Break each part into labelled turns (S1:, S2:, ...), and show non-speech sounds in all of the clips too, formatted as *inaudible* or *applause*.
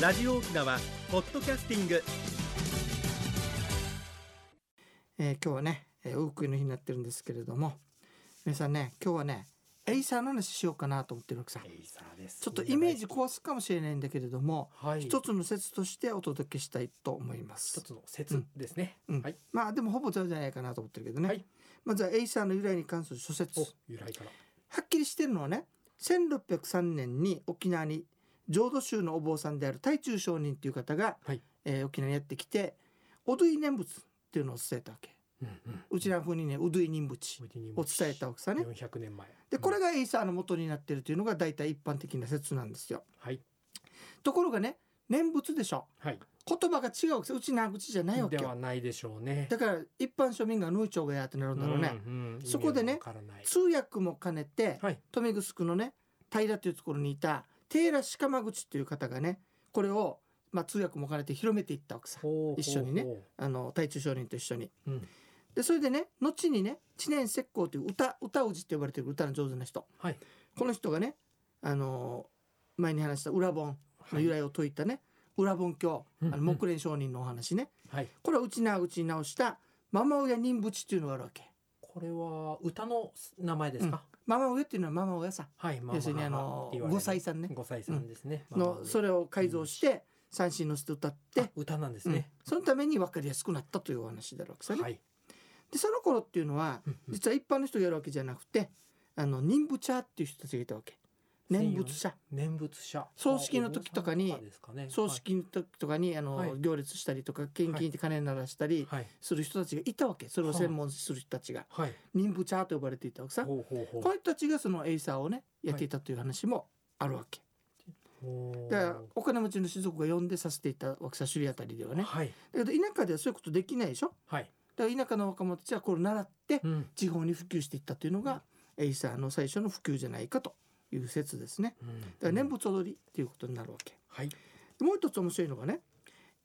S1: ラジオ沖縄ポッドキャスティング
S2: えー今日はね、えー、お送りの日になってるんですけれども皆さんね今日はねエイサーの話しようかなと思ってるわけさ
S1: エイサーです
S2: ちょっとイメージ壊すかもしれないんだけれども
S1: はい
S2: 一つの説としてお届けしたいと思います
S1: 一つの説ですね、
S2: うん
S1: はい
S2: まあでもほぼゼロじゃないかなと思ってるけどね、
S1: はい
S2: まずはエイサーの由来に関する諸説
S1: お
S2: は
S1: 由来から
S2: っきりしてるのはね1603年に沖縄に浄土宗のお坊さんである太中上人という方が、
S1: はい
S2: えー沖縄にやってきておどい念仏っていうのを伝えたわけ
S1: うんうん
S2: うちらの風にねうどい念仏を伝えたわけさね
S1: 400年前
S2: でこれ
S1: が、
S2: がエイサーの元になってるというのが大体一般的な説なんですよ
S1: はい
S2: ところがね念仏でしょ
S1: はい
S2: 言葉が違うわけさうちな口じゃないわけ
S1: で
S2: よ
S1: はないでしょうね
S2: だから一般庶民が農長がやってなるんだろうね、
S1: うんうん
S2: そこでね
S1: 意味がわからない
S2: 通訳も兼ねて
S1: はい
S2: 豊見城のね平というところにいたテーラシカマ口という方がねこれを、まあ、通訳も兼ねて広めていったわけさ
S1: ほう
S2: 一緒にね
S1: ほうほ
S2: あの太中商人と一緒に。
S1: ううん
S2: でそれでね後にね知念石膏という歌歌うじって呼ばれてる歌の上手な人
S1: はい
S2: この人がねあの前に話した裏本の由来を解いたね、裏本教あ
S1: うん
S2: の木蓮上人のお話ね、
S1: はい
S2: これはうちなうちに直した「ママ親人淵」っていうのがあるわけ。
S1: これは歌の名前ですか、
S2: ママ親っていうのはママ親さ
S1: はいま
S2: 要するにあの5歳さんね
S1: 5歳さんですね、
S2: のそ
S1: れ
S2: れを改造して三振のせて歌って、
S1: 歌なんです
S2: うん
S1: ね、
S2: そのために分かりやすくなったというお話だろうけどね、
S1: はい
S2: でその頃っていうのは
S1: うんうん
S2: 実は一般の人がやるわけじゃなくてあの人仏者っていう人たちがいたわけ念仏者
S1: 念仏者
S2: 葬式の時とかに
S1: お坊さんですかね
S2: 葬式の時とかにあの、
S1: はい
S2: 行列したりとか献金で金鳴らしたり
S1: はいはい
S2: する人たちがいたわけそれを専門する人たちが
S1: はい
S2: 人ブチャーと呼ばれていたわけさこ
S1: ほうほうほう
S2: の人たちがそのエイサーをねやっていたという話もあるわけ、
S1: ほう
S2: だからお金持ちの士族が呼んでさせていたわけさ首里あたりではね
S1: はい
S2: だけど田舎ではそういうことできないでしょ
S1: はい、
S2: だから田舎の若者たちはこれを習って
S1: うん
S2: 地方に普及していったというのがエイサーの最初の普及じゃないかという説ですね
S1: うん、
S2: だから念仏踊りということになるわけ
S1: はい、
S2: もう一つ面白いのがね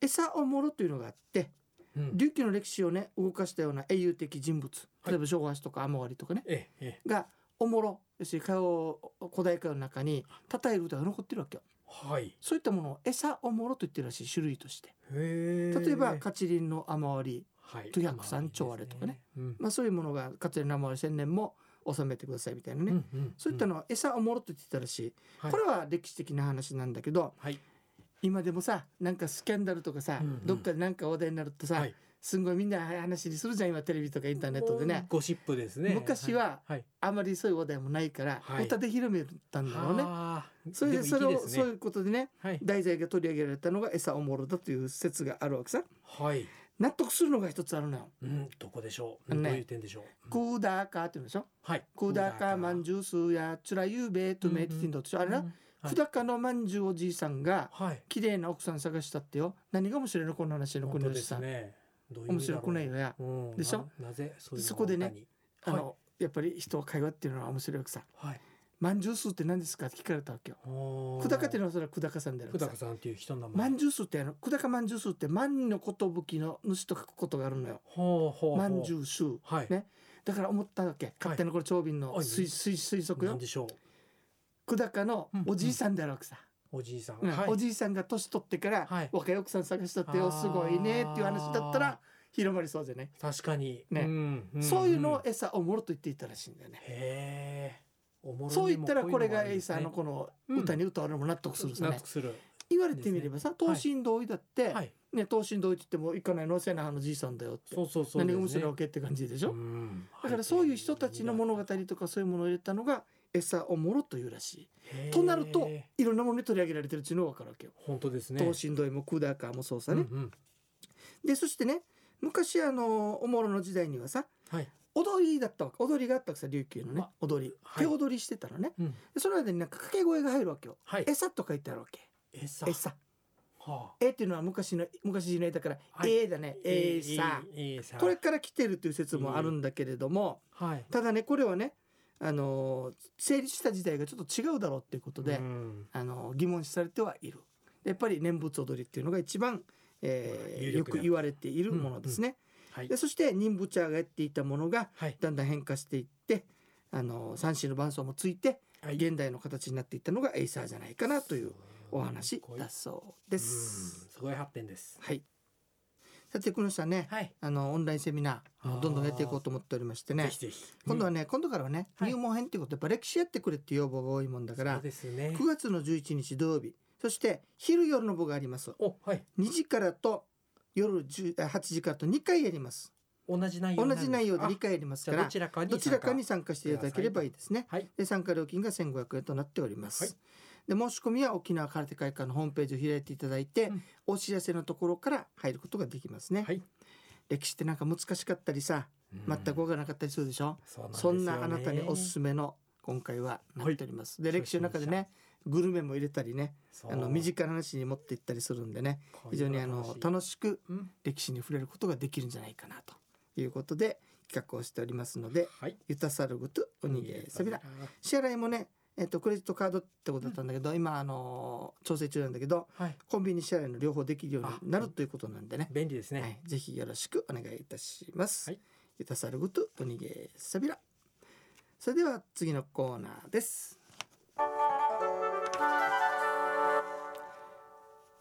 S2: 餌おもろというのがあって
S1: うん
S2: 琉球の歴史をね動かしたような英雄的人物
S1: はい
S2: 例えば昭和史とか天狩りとかね、
S1: ええええ
S2: がおもろ要するに歌謡古代歌謡の中に讃える歌が残ってるわけよ
S1: はいへ
S2: そういったものを餌おもろと言ってるらしい種類として
S1: え
S2: 例えば「カチリンの雨割り
S1: はい
S2: と百三丁あれとかね、
S1: まあいいですね」
S2: まあ、そういうものが「カチリンの雨割り千年」も収めてくださいみたいなね、
S1: うんうんうん
S2: そういったのを餌おもろと言ってたらしい、
S1: はい
S2: これは歴史的な話なんだけど
S1: はい
S2: 今でもさなんかスキャンダルとかさ、
S1: うんうん
S2: どっかでなんか話題になるとさ、
S1: はい
S2: すんごいみんな話にするじゃん今テレビとかインターネットでね
S1: ゴシップですね
S2: 昔は
S1: はい
S2: あまりそういう話題もないから、
S1: はい
S2: 歌で広めたんだろうね
S1: あー
S2: それで
S1: も
S2: それ
S1: いい
S2: を
S1: す
S2: そうい
S1: ね
S2: うことでね
S1: はい
S2: 題材が取り上げられたのが餌おもろだという説があるわけさ
S1: はい
S2: 納得するのが一つあるのよ
S1: うんどこでしょう
S2: あ
S1: ど
S2: の
S1: う
S2: ね
S1: いう点でしょ
S2: 「
S1: ううん
S2: クーダーカー」って言うんでしょ
S1: はい
S2: 「クーダーカーまん
S1: じ
S2: じゅうすーやつらゆうべとめててんど」ってしょあれな
S1: はい
S2: 久高のまんじゅうおじいさんが
S1: はい
S2: 綺麗な奥さん探したってよ何が面白いのこの話のこ
S1: 本当
S2: の
S1: で
S2: 話
S1: す
S2: さ
S1: ねどういう意
S2: 面
S1: 味だ
S2: 白
S1: ろ
S2: く
S1: う
S2: ないよや
S1: うん
S2: でしょ
S1: ななぜそういう
S2: そこでね
S1: 問題に
S2: あ
S1: は
S2: のやっぱり人は会話っていうのは面白いわけさ
S1: はい
S2: 「まんじゅうすーって何ですか?」って聞かれたわけよ
S1: 久
S2: 久高っていうのはそれは久高さんであるわ
S1: 久
S2: けさ
S1: 高さんっていう人の名
S2: ま
S1: 前
S2: んじゅうすってあの久高まんじゅうすって万の寿の主と書くことがあるのよ
S1: ほうほうほう
S2: まんじゅうす
S1: はい
S2: ねだから思ったわけ勝手なこれ長瓶の
S1: あいい
S2: 推推推測
S1: なん
S2: よ
S1: でしょ
S2: 久高の
S1: うん
S2: おじいさんであるわけさ、
S1: うおじいさん
S2: うん
S1: はい
S2: おじいさんが年取ってから、
S1: はい
S2: 若い奥さん探したってよ
S1: あー
S2: すごいねっていう話だったら広まりそうじゃない、
S1: 確かに
S2: ね
S1: ね
S2: そういうのを餌おもろと言っていたらしいんだよね、
S1: へえおもろみも
S2: そう言ったらこれがエイサー
S1: い
S2: の
S1: のも
S2: この
S1: うん
S2: 歌に歌われるのも納得
S1: あ
S2: す
S1: るん
S2: るさ
S1: ですね
S2: ね、
S1: 納得する
S2: 言われてみればさ
S1: ね
S2: 等身同意だって、
S1: はい
S2: ね、等身同意って言っても行かないのせなはのじいさんだよって
S1: そうそうそう
S2: 何が面白いわ
S1: け
S2: けって感じでし
S1: で
S2: ょ、
S1: すねうん
S2: だからそういう人たちの物語
S1: は
S2: とかそういうものを入れたのが餌おもろというらし
S1: いへ
S2: い。
S1: え
S2: となるといろんなものに取り上げられてるっていうのが分かるわけよ。
S1: 本当ですね
S2: 等身同意もクーダーカーもそうさね。
S1: うんうん
S2: でそしてね昔あのおもろの時代にはさ
S1: はい
S2: 踊りだったわけ踊りがあったわけさ琉球のね
S1: あ
S2: 踊り
S1: は
S2: 手
S1: い
S2: 踊りしてたのね。
S1: うん
S2: でその間になんか掛け声が入るわけよ。
S1: はい
S2: 餌とか言ってあるわけ。
S1: 餌
S2: 餌。
S1: は
S2: えっていうのは昔の昔時代だから、
S1: はい
S2: えーだね
S1: あ
S2: えーさ
S1: 餌
S2: これから来てるという説もあるんだけれども。
S1: はい
S2: ただねこれはねあのー成立した時代がちょっと違うだろうっていうことで、
S1: うん
S2: あのー疑問視されてはいるやっぱり念仏踊りっていうのが一番、えー
S1: 有
S2: よ
S1: 力だ
S2: く言われているものですね、
S1: はい
S2: でそして忍ブチャーがやっていたものが
S1: はい
S2: だんだん変化していってあのー三振の伴奏もついて
S1: はい
S2: 現代の形になっていったのがエイサーじゃないかなというお話
S1: こういう
S2: だそうで
S1: うん
S2: す。
S1: すごい発展です。
S2: はい。さて、この人はね、
S1: はい。
S2: あのオンラインセミナー、もうどんどんやっていこうと思っておりまして
S1: ぜ
S2: ね
S1: ひ。ぜひ。
S2: 今度は
S1: ね、
S2: ね、今度からはね、
S1: はい
S2: 入門編っていうことで、やっぱ歴史やってくれっていう要望が多いもんだか
S1: そう
S2: ら。
S1: ですね。
S2: 9月の11日土曜日、そして昼夜の部があります。
S1: お、はい。
S2: 2時からと夜10あ8時からと2回やります。
S1: 同じ内容
S2: 同
S1: なんです。
S2: じ内容で
S1: あ
S2: 2回やります
S1: じ
S2: か
S1: ゃあ
S2: ら
S1: ど、ちらかに。
S2: どちらかに。参加していただければいいですね。
S1: はい。
S2: で参加料金が1500円となっております。
S1: はい
S2: で申し込みは沖縄空手会館のホームページを開いていただいて、
S1: うん
S2: お知らせのところから入ることができますね、
S1: はい。
S2: 歴史ってなんか難しかったりさ全く分からなかったりするでしょ、
S1: そうです
S2: そ
S1: よ
S2: ん
S1: ね
S2: なあなたにおすすめの今回はなっております、
S1: い
S2: で歴史の中でねグルメも入れたりね
S1: そう
S2: あの身近な話に持っていったりするんでね
S1: こう
S2: 非
S1: い
S2: 常
S1: う
S2: に
S1: が
S2: あの
S1: 楽しい
S2: 楽しく
S1: うん
S2: 歴史に触れることができるんじゃないかなということで企画をしておりますので
S1: はい。
S2: 「ゆたさるぐとおにげさびら」支払いもね、えっとクレジットカードってことだったんだけど、今、あのー調整中なんだけど
S1: はい。
S2: コンビニ支払いの両方できるようにな
S1: あ
S2: るということなんでね、
S1: 便利です
S2: は
S1: ね。
S2: い、ぜひよろしくお願いいたします。
S1: はい
S2: ゆたさるぐとおにげさびらそれでは次のコーナーです。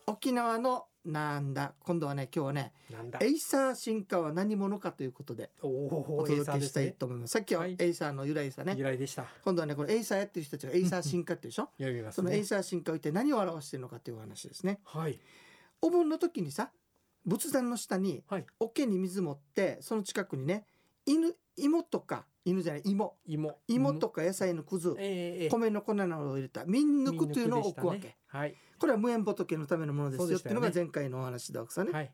S2: 沖縄のなんだ今度はね今日はね
S1: なんだ
S2: エ。イサー進化は何者かということで
S1: おお
S2: お
S1: ー、エ
S2: 届
S1: イサー
S2: け
S1: で
S2: し
S1: す
S2: たい
S1: ね。
S2: と思います。さっきは
S1: はい
S2: エイサーの由来さね
S1: 由来でした。
S2: 今度はねこのエイサーやってる人たちがエイサー進化っていうでしょ
S1: 読みます
S2: そのエイ
S1: ね。
S2: サー進化を一体何を表しているのかというお話ですね
S1: はい。
S2: お盆の時にさ仏壇の下に
S1: はい。
S2: 桶に水持ってその近くにね犬芋とか犬じゃない芋
S1: 芋。
S2: 芋とか野菜のくず
S1: ええ。ええ
S2: 米の粉などを入れた民
S1: 民
S2: 抜というのを置くわ
S1: でした
S2: け
S1: ねはい。
S2: これは無縁仏のためのものです
S1: そうで
S2: よっ
S1: してた
S2: いう
S1: よね
S2: のが前回のお話だわけさね
S1: はい。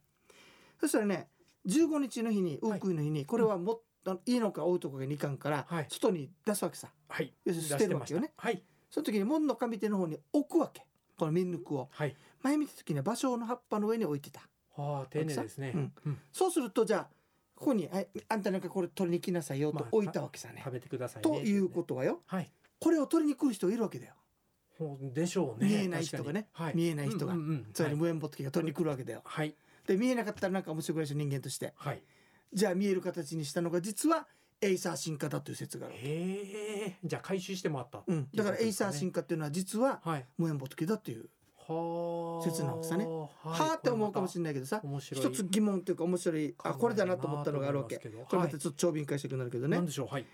S2: そしたらね15日の日にウ
S1: はい
S2: ークイの日にこれはもっといいのか置いとこがにいかんから
S1: はい
S2: 外に出すわけさ
S1: はい。
S2: 要するに捨てるわけよね
S1: 出してました。はい。
S2: その時に門の神手の方に置くわけこの民抜を
S1: はい。
S2: 前見た時には芭蕉の葉っぱの上に置いてた
S1: ああ、丁寧ですね。
S2: うん
S1: うん
S2: そうするとじゃあここにあ「あんたなんかこれ取りに来なさいよ」
S1: ま
S2: と
S1: あ
S2: 置いたわけさね。
S1: 食べてくださいね。
S2: ということはよ
S1: はい。
S2: これを取りに来る人いるわけだよ。
S1: ほうでしょうね。
S2: 見えない人がね
S1: 確かにはい。
S2: 見えない人が
S1: うんうんうん
S2: つまり
S1: はい
S2: 無縁仏が取りに来るわけだよ。
S1: はい。
S2: で見えなかったらなんか面白くないし人間として
S1: はい。
S2: じゃあ見える形にしたのが実はエイサー進化だという説がある。
S1: へえ。じゃあ回収してもらった。
S2: うん、だからエイサー進化っていうのは実は
S1: はい。
S2: 無縁仏だっていう。
S1: はあ。
S2: 切なさね
S1: は
S2: はあって思うかもし
S1: れ
S2: れないけどさ
S1: 面白い。
S2: 一つ疑問というか面白いあこれだなと思ったのがあるわけ。
S1: 考
S2: こ
S1: えな
S2: れま
S1: と思いま
S2: た
S1: すけど
S2: ちょっと長敏解釈になるけど
S1: はい
S2: ね
S1: なん。でしょう。はい。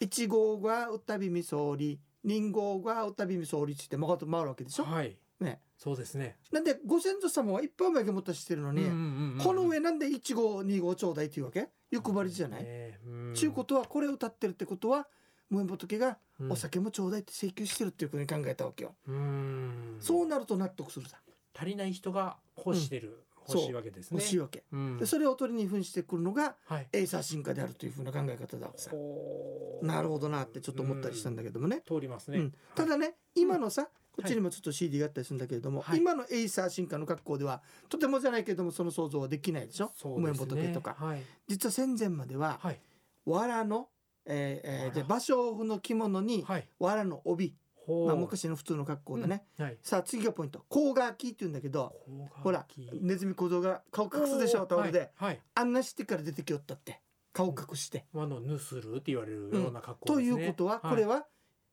S2: 一号がうたびみそうり二号がうたびみそうりって言って回る回るわけでしょ、
S1: はい。
S2: ね、
S1: そうですね。
S2: なんでご先祖様はいっぱいおもたしてるのに、
S1: うんうんうん
S2: この上なんで一号二号ちょうだいっていうわけ欲張りじゃない、
S1: ねうん
S2: ちゅうことはこれを歌ってるってことは無縁仏が
S1: うん
S2: お酒もちょうだいって請求してるっていうふうに考えたわけよ、
S1: うん
S2: そうなると納得するさ
S1: 足りない人が欲してる
S2: そう
S1: 欲しいわけですね。
S2: 欲しいわけ、
S1: うん
S2: でそれを取りに扮してくるのが
S1: はい。
S2: エイサー進化であるというふうな考え方だわけさ
S1: ほう
S2: なるほどなってちょっと思ったりしたんだけどもね、
S1: 通りますね。
S2: うん、ただね、今のさこっちにもちょっと CD があったりするんだけれども、
S1: はい
S2: 今のエイサー進化の格好ではとてもじゃないけれどもその想像はできないでしょ
S1: そう
S2: 無
S1: で
S2: 縁
S1: すね
S2: 仏とか、
S1: はい。
S2: 実は戦前までは、
S1: はい。
S2: 藁の、えーえー
S1: 藁
S2: じゃあ芭蕉布の着物に
S1: はい。
S2: 藁の帯、
S1: ほ
S2: まあ、昔の普通の格好でね、
S1: うんはい。
S2: さあ次がポイント「甲ガキ」って言うんだけどほらネズミ小僧が顔隠すでしょタオルで、。
S1: はいはい。
S2: あんなしてから出てきよったって顔隠して、
S1: あのヌスルって言われるような格好
S2: と
S1: です
S2: い
S1: ね。
S2: うことは、これ
S1: は
S2: は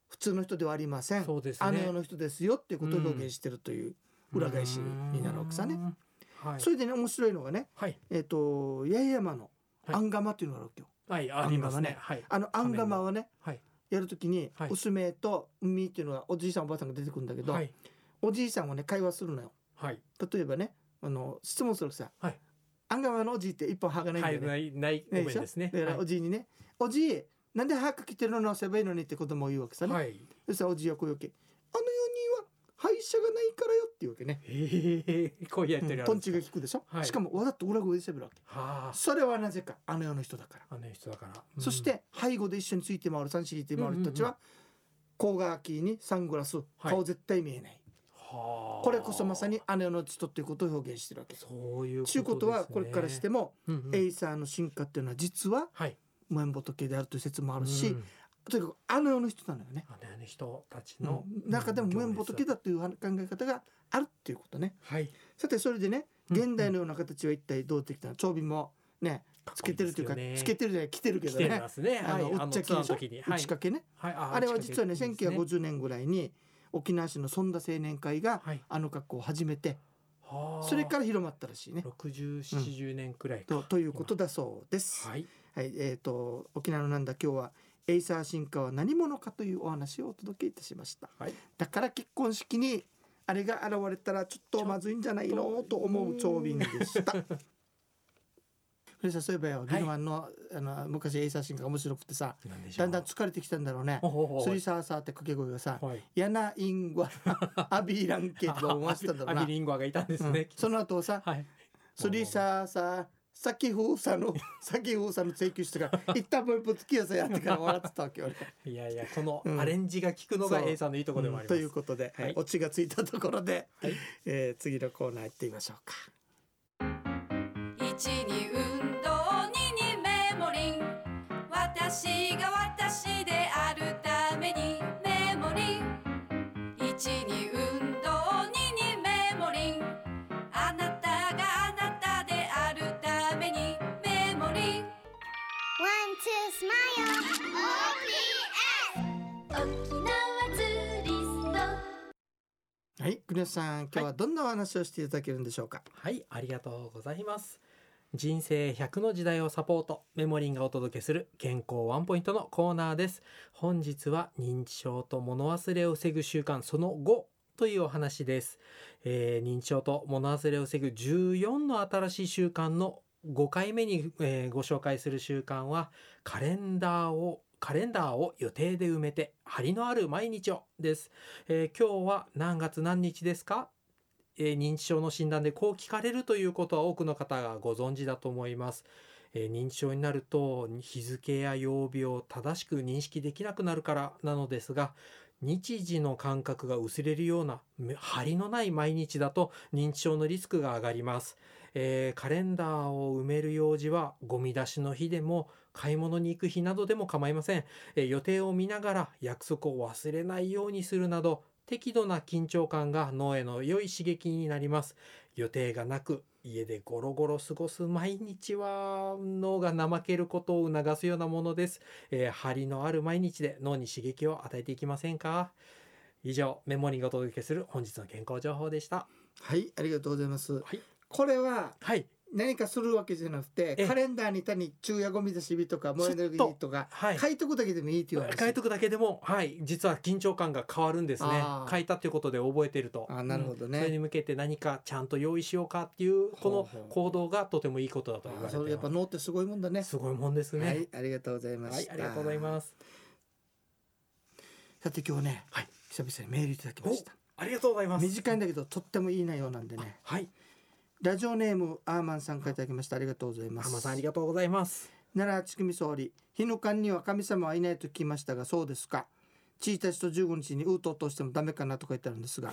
S2: 普通の人ではありません
S1: い。そうです
S2: あ
S1: ね。
S2: の世の人ですよっていうことを表現してるという裏返しになるわけさね。
S1: ね。はい
S2: そ。れでね面白いのがね、
S1: はい。
S2: えっ、と八重山の
S1: はい
S2: アンガマというのがあるわけよ。
S1: はい。あります
S2: アン
S1: ね。はい。
S2: あのアンガマはね
S1: はい。
S2: やるときに
S1: はい
S2: 娘と海っていうのがおじいさんおばあさんが出てくるんだけど、
S1: はい。
S2: おじいさんはね会話するのよ。
S1: はい。
S2: 例えばねあの質問するさ、
S1: はい
S2: アンガマのおじいって一本歯がないんだ
S1: は
S2: よ
S1: い。
S2: ね。
S1: ない、ない、
S2: ね
S1: ごめん
S2: でしょ
S1: ですね。
S2: だからおじいにね「おじいなんで歯かきてるの直せばいいのに」って子供を言うわけさね。
S1: はい。
S2: そしたらおじいはこういうわけ「あの世には歯医者がないからよ」って言うわけね。
S1: へえ、こうやってる。
S2: トンチが効くでしょ、
S1: はい
S2: しかもわざと裏声で喋るわけ
S1: はあ。
S2: それはなぜかあの世の人だから、
S1: あの人だから。
S2: そして背後で一緒について回る三尻いて回る人たち
S1: うん
S2: は高ガキにサングラス顔絶対見えない、
S1: はあ。
S2: これこそまさにあの世の人っていうことを表現してるわけです
S1: そういう
S2: ちゅうことはこれからして
S1: も、
S2: も、
S1: うんうん
S2: エイサーの進化っていうのは実は
S1: はい
S2: 無縁仏であるという説もあ
S1: あ
S2: るし、とにかくあの世の人なのよね、
S1: あの世の人たち
S2: うん
S1: の
S2: 中でも無縁仏だ
S1: と
S2: という考え方があるっていうことね
S1: はい
S2: さてそれでね
S1: うん
S2: 現代のような形は一体どうできたの長瓶もねつけてるというかつけ
S1: て
S2: てるじゃない来てるけ
S1: る
S2: ど
S1: けど
S2: ね
S1: ねますね
S2: あのうっちゃけ
S1: ツア
S2: で
S1: ーの
S2: しょ
S1: 時に
S2: 打ち掛けね、
S1: はい、
S2: あれは実はね
S1: 打ち掛けです
S2: 1950年ぐらいに沖縄市のそんだ青年会が
S1: はい。
S2: あの格好を始めて
S1: はあ
S2: それから広まったらしいね。
S1: 六十七十年くらいか
S2: とということだそうです。
S1: はい。
S2: はい、えっ、と沖縄のなんだ今日はエイサー進化は何者かというお話をお届けいたしました。
S1: はい
S2: だから結婚式にあれが現れたらちょっとまずいんじゃないのと思う長瓶でした。 *laughs* 古さんそういえばよ、
S1: はい
S2: ギノワンのあの昔エイサー進化が面白くてさ、
S1: なんでしょ
S2: だ
S1: う。
S2: んだん疲れてきたんだろうね
S1: ほ。うほうほう。
S2: スリサーサーって掛け声がさ、
S1: はい。
S2: ヤナインゴアアビーランケとか思わせたんだろう
S1: ア
S2: な
S1: ビ。リンゴアがいたんです
S2: うん
S1: ね。
S2: その後さ、
S1: はい。
S2: それささ先方さの先方さの請求してから一旦もう一歩付き合わせやってから笑ってたわけよ俺。
S1: いやいや、この
S2: うん
S1: アレンジが効くのが
S2: そう
S1: A さんのいいところでもあり
S2: と
S1: ま
S2: いう
S1: す。
S2: ことで、
S1: はい
S2: オチがついたところで、
S1: はい
S2: えー次のコーナー行ってみましょうか。
S3: 一に運動二にメモリン私が私であるためにメモリン一に運動二にメモリンあなたがあなたであるためにメモリン
S4: One, two, smile. OPS! 沖縄ツーリスト。
S2: はい、グネさん、今日はどんなお話をしていただけるんでしょうか。
S1: はい、ありがとうございます。人生100の時代をサポート、メモリンがお届けする健康ワンポイントのコーナーです。本日は認知症と物忘れを防ぐ習慣その5というお話です。えー認知症と物忘れを防ぐ14の新しい習慣の5回目に、えーご紹介する習慣はカレンダーをカレンダーを予定で埋めて張りのある毎日をです、えー今日は何月何日ですかえー認知症の診断でこう聞かれるということは多くの方がご存知だと思います。えー認知症になると日付や曜日を正しく認識できなくなるからなのですが日時の感覚が薄れるようなめ張りのない毎日だと認知症のリスクが上がります、えーカレンダーを埋める用事はゴミ出しの日でも買い物に行く日などでも構いません、えー予定を見ながら約束を忘れないようにするなど適度な緊張感が脳への良い刺激になります予定がなく家でゴロゴロ過ごす毎日は脳が怠けることを促すようなものです、えー張りのある毎日で脳に刺激を与えていきませんか以上メモリーがお届けする本日の健康情報でした
S2: はい、ありがとうございます。
S1: はい
S2: これは
S1: はい
S2: 何かするわけじゃなくて、
S1: え
S2: カレンダーに単に昼夜ゴミ出し日とか、燃えの日とか、
S1: はい
S2: 書いとくだけでもいいっていう話。
S1: 書いとくだけでもはい実は緊張感が変わるんですね
S2: あー
S1: 書いたということで覚えてると
S2: あーなるほどね
S1: うんそれに向けて何かちゃんと用意しようかっていうこ
S2: ほうほう
S1: の行動がとてもいいことだと言
S2: あ
S1: われて
S2: それやっぱ
S1: ま
S2: 脳ってすごいもんだね。
S1: すすごいもんですね、
S2: はい、ありがとうございま
S1: はい
S2: し、た。
S1: ありがとうございます。
S2: す。さて今日ね、
S1: はい
S2: 久々にメールいただきました。
S1: ありがとうございま
S2: 短いんだけど、とってもいい内容なんでね。
S1: はい、
S2: ラジオネームアーマンさんからいただきました。ありがとうございます。
S1: 浜さんありがとうございます。
S2: 奈良地組総理、日の間には神様はいないと聞きましたが、そうですか。1日と15日にウートとしてもダメかなとか言ってあるんです
S1: *laughs*
S2: が、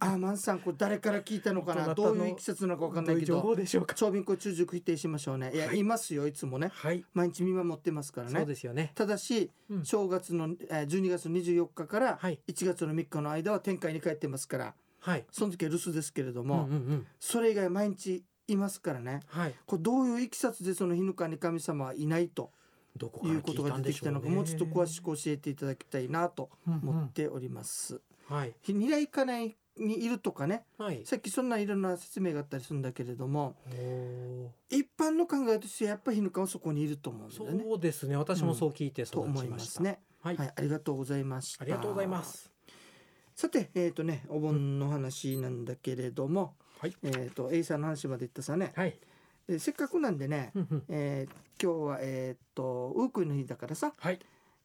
S2: アーマンさんこれ誰から聞いたのかな、
S1: ど
S2: ど
S1: なたの
S2: ういういきさつなのかわかん
S1: ど
S2: ない
S1: うい
S2: け
S1: う情
S2: ど、
S1: 報でしょうか。
S2: 長瓶中熟否定しましょうね。いや、
S1: はい
S2: い、ますよいつもね。
S1: はい、
S2: 毎日見守ってますから
S1: そう
S2: ね。
S1: ですよね。
S2: ただし、
S1: うん
S2: 正月のえー12月の24日から
S1: はい
S2: 1月の3日の間は天界に帰ってますから、
S1: はい。
S2: その時は留守ですけれど
S1: うん
S2: も、
S1: うんうん。
S2: それ以外毎日いますからね。
S1: はい。
S2: これどういういきさつでその日の間に神様はいないと
S1: どこか
S2: い
S1: ら
S2: うことが出てきたのかもうちょっと詳し
S1: く
S2: く教えていただきたいなと思っております。
S1: はい。
S2: ひ未来家内にいるとかね
S1: はい。
S2: さっきそんないろんな説明があったりするんだけれども
S1: おー
S2: 一般の考えとしてやっぱり日の間はそこにいると思うんだ
S1: そ
S2: よね。
S1: うですね。私もそう聞いて
S2: と
S1: 育
S2: 思
S1: ち
S2: い
S1: ま
S2: ま
S1: した。
S2: すね。
S1: はい
S2: は。い、ありがとうございました。
S1: ありがとうございま。す。
S2: さて、えっ、とね、お盆の話なんだけれども、
S1: はい
S2: えっ、と、エイさんの話まで言ったさね、
S1: はい。
S2: でせっかくなんでね、
S1: うんうん
S2: えー今日はえっ、と、ウークイの日だからさ、
S1: はい。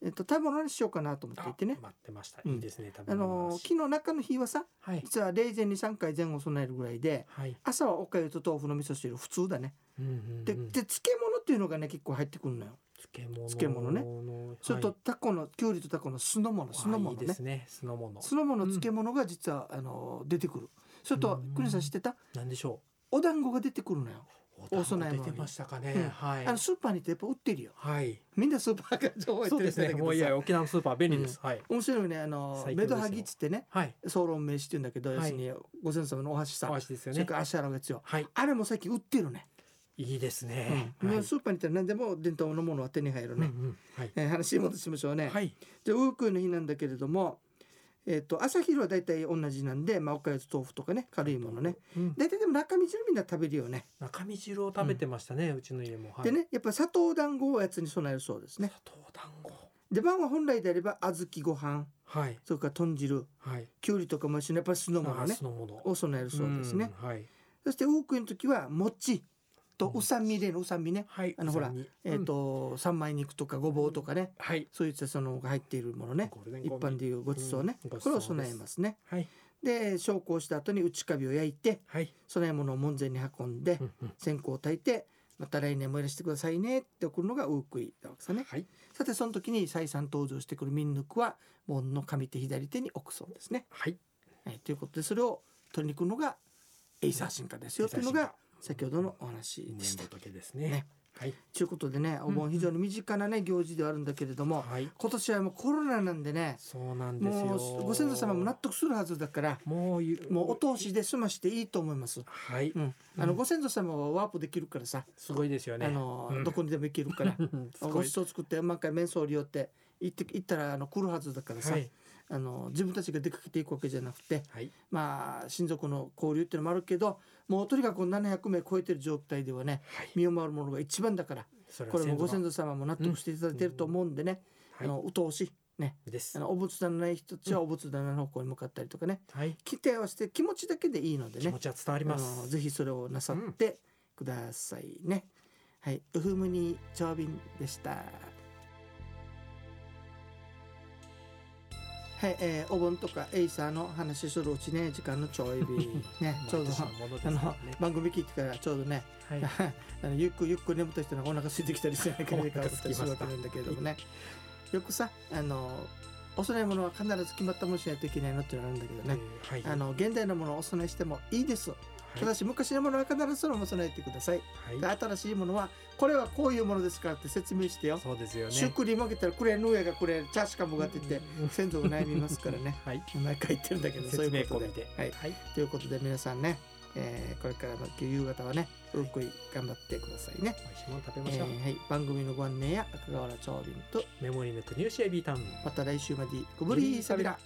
S2: えっと、食べ物にしようかなと思ってい
S1: あ
S2: てね。
S1: 待ってました。
S2: うん
S1: いいですね。食
S2: あ
S1: べ物
S2: の
S1: の
S2: ー
S1: 話
S2: 木の中の日はさ
S1: はい。
S2: 実は霊前に3回前後備えるぐらいで
S1: はい。
S2: 朝はおかゆと豆腐の味噌汁普通だね、
S1: うんうん
S2: で
S1: う
S2: で
S1: ん
S2: 漬物っていうのがね結構入ってくるのよ、
S1: 漬
S2: 漬
S1: 物
S2: 物
S1: ね
S2: ね。
S1: はい
S2: それとタコのきゅうりとタコの酢の物酢の
S1: あい
S2: 物
S1: い
S2: ね
S1: ですね。酢の物。
S2: 酢の物漬物が実は、あのー出てくるそれと
S1: うん
S2: クリさん知ってた
S1: なんでしょう。
S2: お団子が出てくるのよ、
S1: お
S2: お
S1: 供
S2: 供え
S1: 出
S2: 物に
S1: てましたかね、
S2: うん
S1: はい
S2: あのスーパーに行ってやっぱ売ってるよ *laughs*
S1: はい
S2: みんなスーパーから情報
S1: そ
S2: 入
S1: うで
S2: って
S1: す
S2: るみたい
S1: ね
S2: だけ
S1: も
S2: ど
S1: ういや
S2: さ
S1: 沖縄のスーパー便利です、はい
S2: 面白いよねあのーメ
S1: 最強ですよ
S2: ドハギっつってね
S1: はい
S2: ソーロン名詞って言うんだけど、
S1: はい
S2: 要するにご先祖様のお箸さ
S1: お箸ですよ
S2: それ
S1: ね
S2: から足洗うやつよ
S1: はい
S2: あれも最近売ってるね、
S1: いいです
S2: うん
S1: ね、
S2: ね
S1: はい
S2: スーパーに行ったら何でも伝統のものは手に入る
S1: うんう
S2: ね、
S1: んはい
S2: えー話に戻しましょうね、
S1: はい
S2: じゃあウークイの日なんだけれども、えっと朝昼は大体同じなんで、まあ、おかゆと豆腐とかね軽いものね
S1: うん
S2: 大体でも中身汁みんな食べるよね、
S1: 中身汁を食べてましたね、うちの家も。はい、
S2: でねやっぱ砂糖団子をおやつに備えるそうですね
S1: 砂糖団子。
S2: 出番は本来であれば小豆ご飯
S1: はい。
S2: それから豚汁
S1: はい。
S2: きゅうりとかも一緒にやっぱり酢の物
S1: あ
S2: ね
S1: 酢の物。
S2: を備えるそうですね、
S1: ん。はい。
S2: そして多くの時は餅と
S1: うん
S2: お酸味でのお酸味ね、
S1: はい。
S2: あのほら
S1: お皿に
S2: えっ、、と三枚肉とかごぼうとかね
S1: うんはい。
S2: そういったそのが入っているものね
S1: ゴールデン
S2: 一
S1: コンビ
S2: 般でいうごちそうね、
S1: うんご
S2: こ
S1: ちそう
S2: れを
S1: です
S2: 備えますね
S1: はい。
S2: で焼香した後に内カビを焼いて
S1: はい。
S2: 備え物を門前に運んで、
S1: うんうん
S2: 線香を焚いてまた来年もいらしてくださいねって送るのがウークイなわけさね
S1: はい。
S2: さてその時に再三登場してくるミンヌクは門の上手左手に置くそうですね、
S1: はい。
S2: はい、ということでそれを取りに行くのがエイサー進化ですよというのが先ほどのお話でした
S1: 念仏ですね。
S2: ね
S1: はい。
S2: ということでねお
S1: う
S2: 盆
S1: ん
S2: 非常に身近なね行事ではあるんだけれども
S1: はい。
S2: 今年はもうコロナなんでね
S1: そうなんですよ。
S2: もうご先祖様も納得するはずだから
S1: もうゆ
S2: もうお通しで済ましていいと思います。
S1: はい。
S2: うん、あの
S1: うん
S2: ご先祖様はワープできるからさ、
S1: すごいですよね。
S2: あの、
S1: うん
S2: どこにでも行けるから
S1: *laughs* すご
S2: ご
S1: い
S2: ち。そう作って満開面相利用って行って行ったらあの来るはずだからさ、
S1: はい。
S2: あの自分たちが出かけていくわけじゃなくて
S1: はい。
S2: まあ親族の交流っていうのもあるけどもうとにかく700名超えてる状態ではね
S1: はい。
S2: 身を回るものが一番だから
S1: それは
S2: これもご
S1: 先
S2: 先
S1: 祖
S2: 祖様も納得していただいてると思うんでね、
S1: 様は
S2: あのお通しね
S1: い。です
S2: あ。のお仏壇のない人たちはお仏壇の方向に向かったりとかね
S1: はい。
S2: 規定はして気持ちだけでいいので
S1: 気
S2: ね
S1: 持ちは伝わり
S2: あ
S1: ま
S2: の
S1: す。
S2: ぜひそれをなさってくださいね、はいウフムニ長瓶でしたはい、えーお盆とかエイサーの話するうちね時間のちょい便ね *laughs* ちょうど
S1: 毎年のものです
S2: あ
S1: ね
S2: の番組聞いてからちょうどね、 *laughs*
S1: はい。
S2: あのゆっくゆっく眠った人のお腹空いてきたりしないから
S1: お腹
S2: かったりするわけなんだけれどもねよくさあのお供え物は必ず決まったものしないといけないのっていうの *laughs* があるんだけどね、
S1: えーはい。
S2: あの現代のものをお供えしてもいいです
S1: はい、
S2: ただし昔のものは必ずそのものを備えてください、で
S1: はい。
S2: 新しいものはこれはこういうものですからって説明してよ、
S1: そうですよね。
S2: シュクリ負けたらこれヌーヤがこれチャーシカムがって言って
S1: うん
S2: 先祖が悩みますから
S1: *laughs*
S2: ね
S1: はい。
S2: 毎回言ってるんだけど *laughs* そう
S1: 説
S2: い
S1: 明
S2: うこ
S1: 込
S2: と
S1: み
S2: で
S1: で。
S2: はい、
S1: はい。
S2: ということで皆さんね、えーこれからの夕方はねうっくい頑張ってくださいね、
S1: 美味しいもの食べ
S2: え
S1: ましょう。
S2: ーはい、番組のご案内や赤川原長林と
S1: メモリーの国吉エビタウン。
S2: また来週までご無理さびら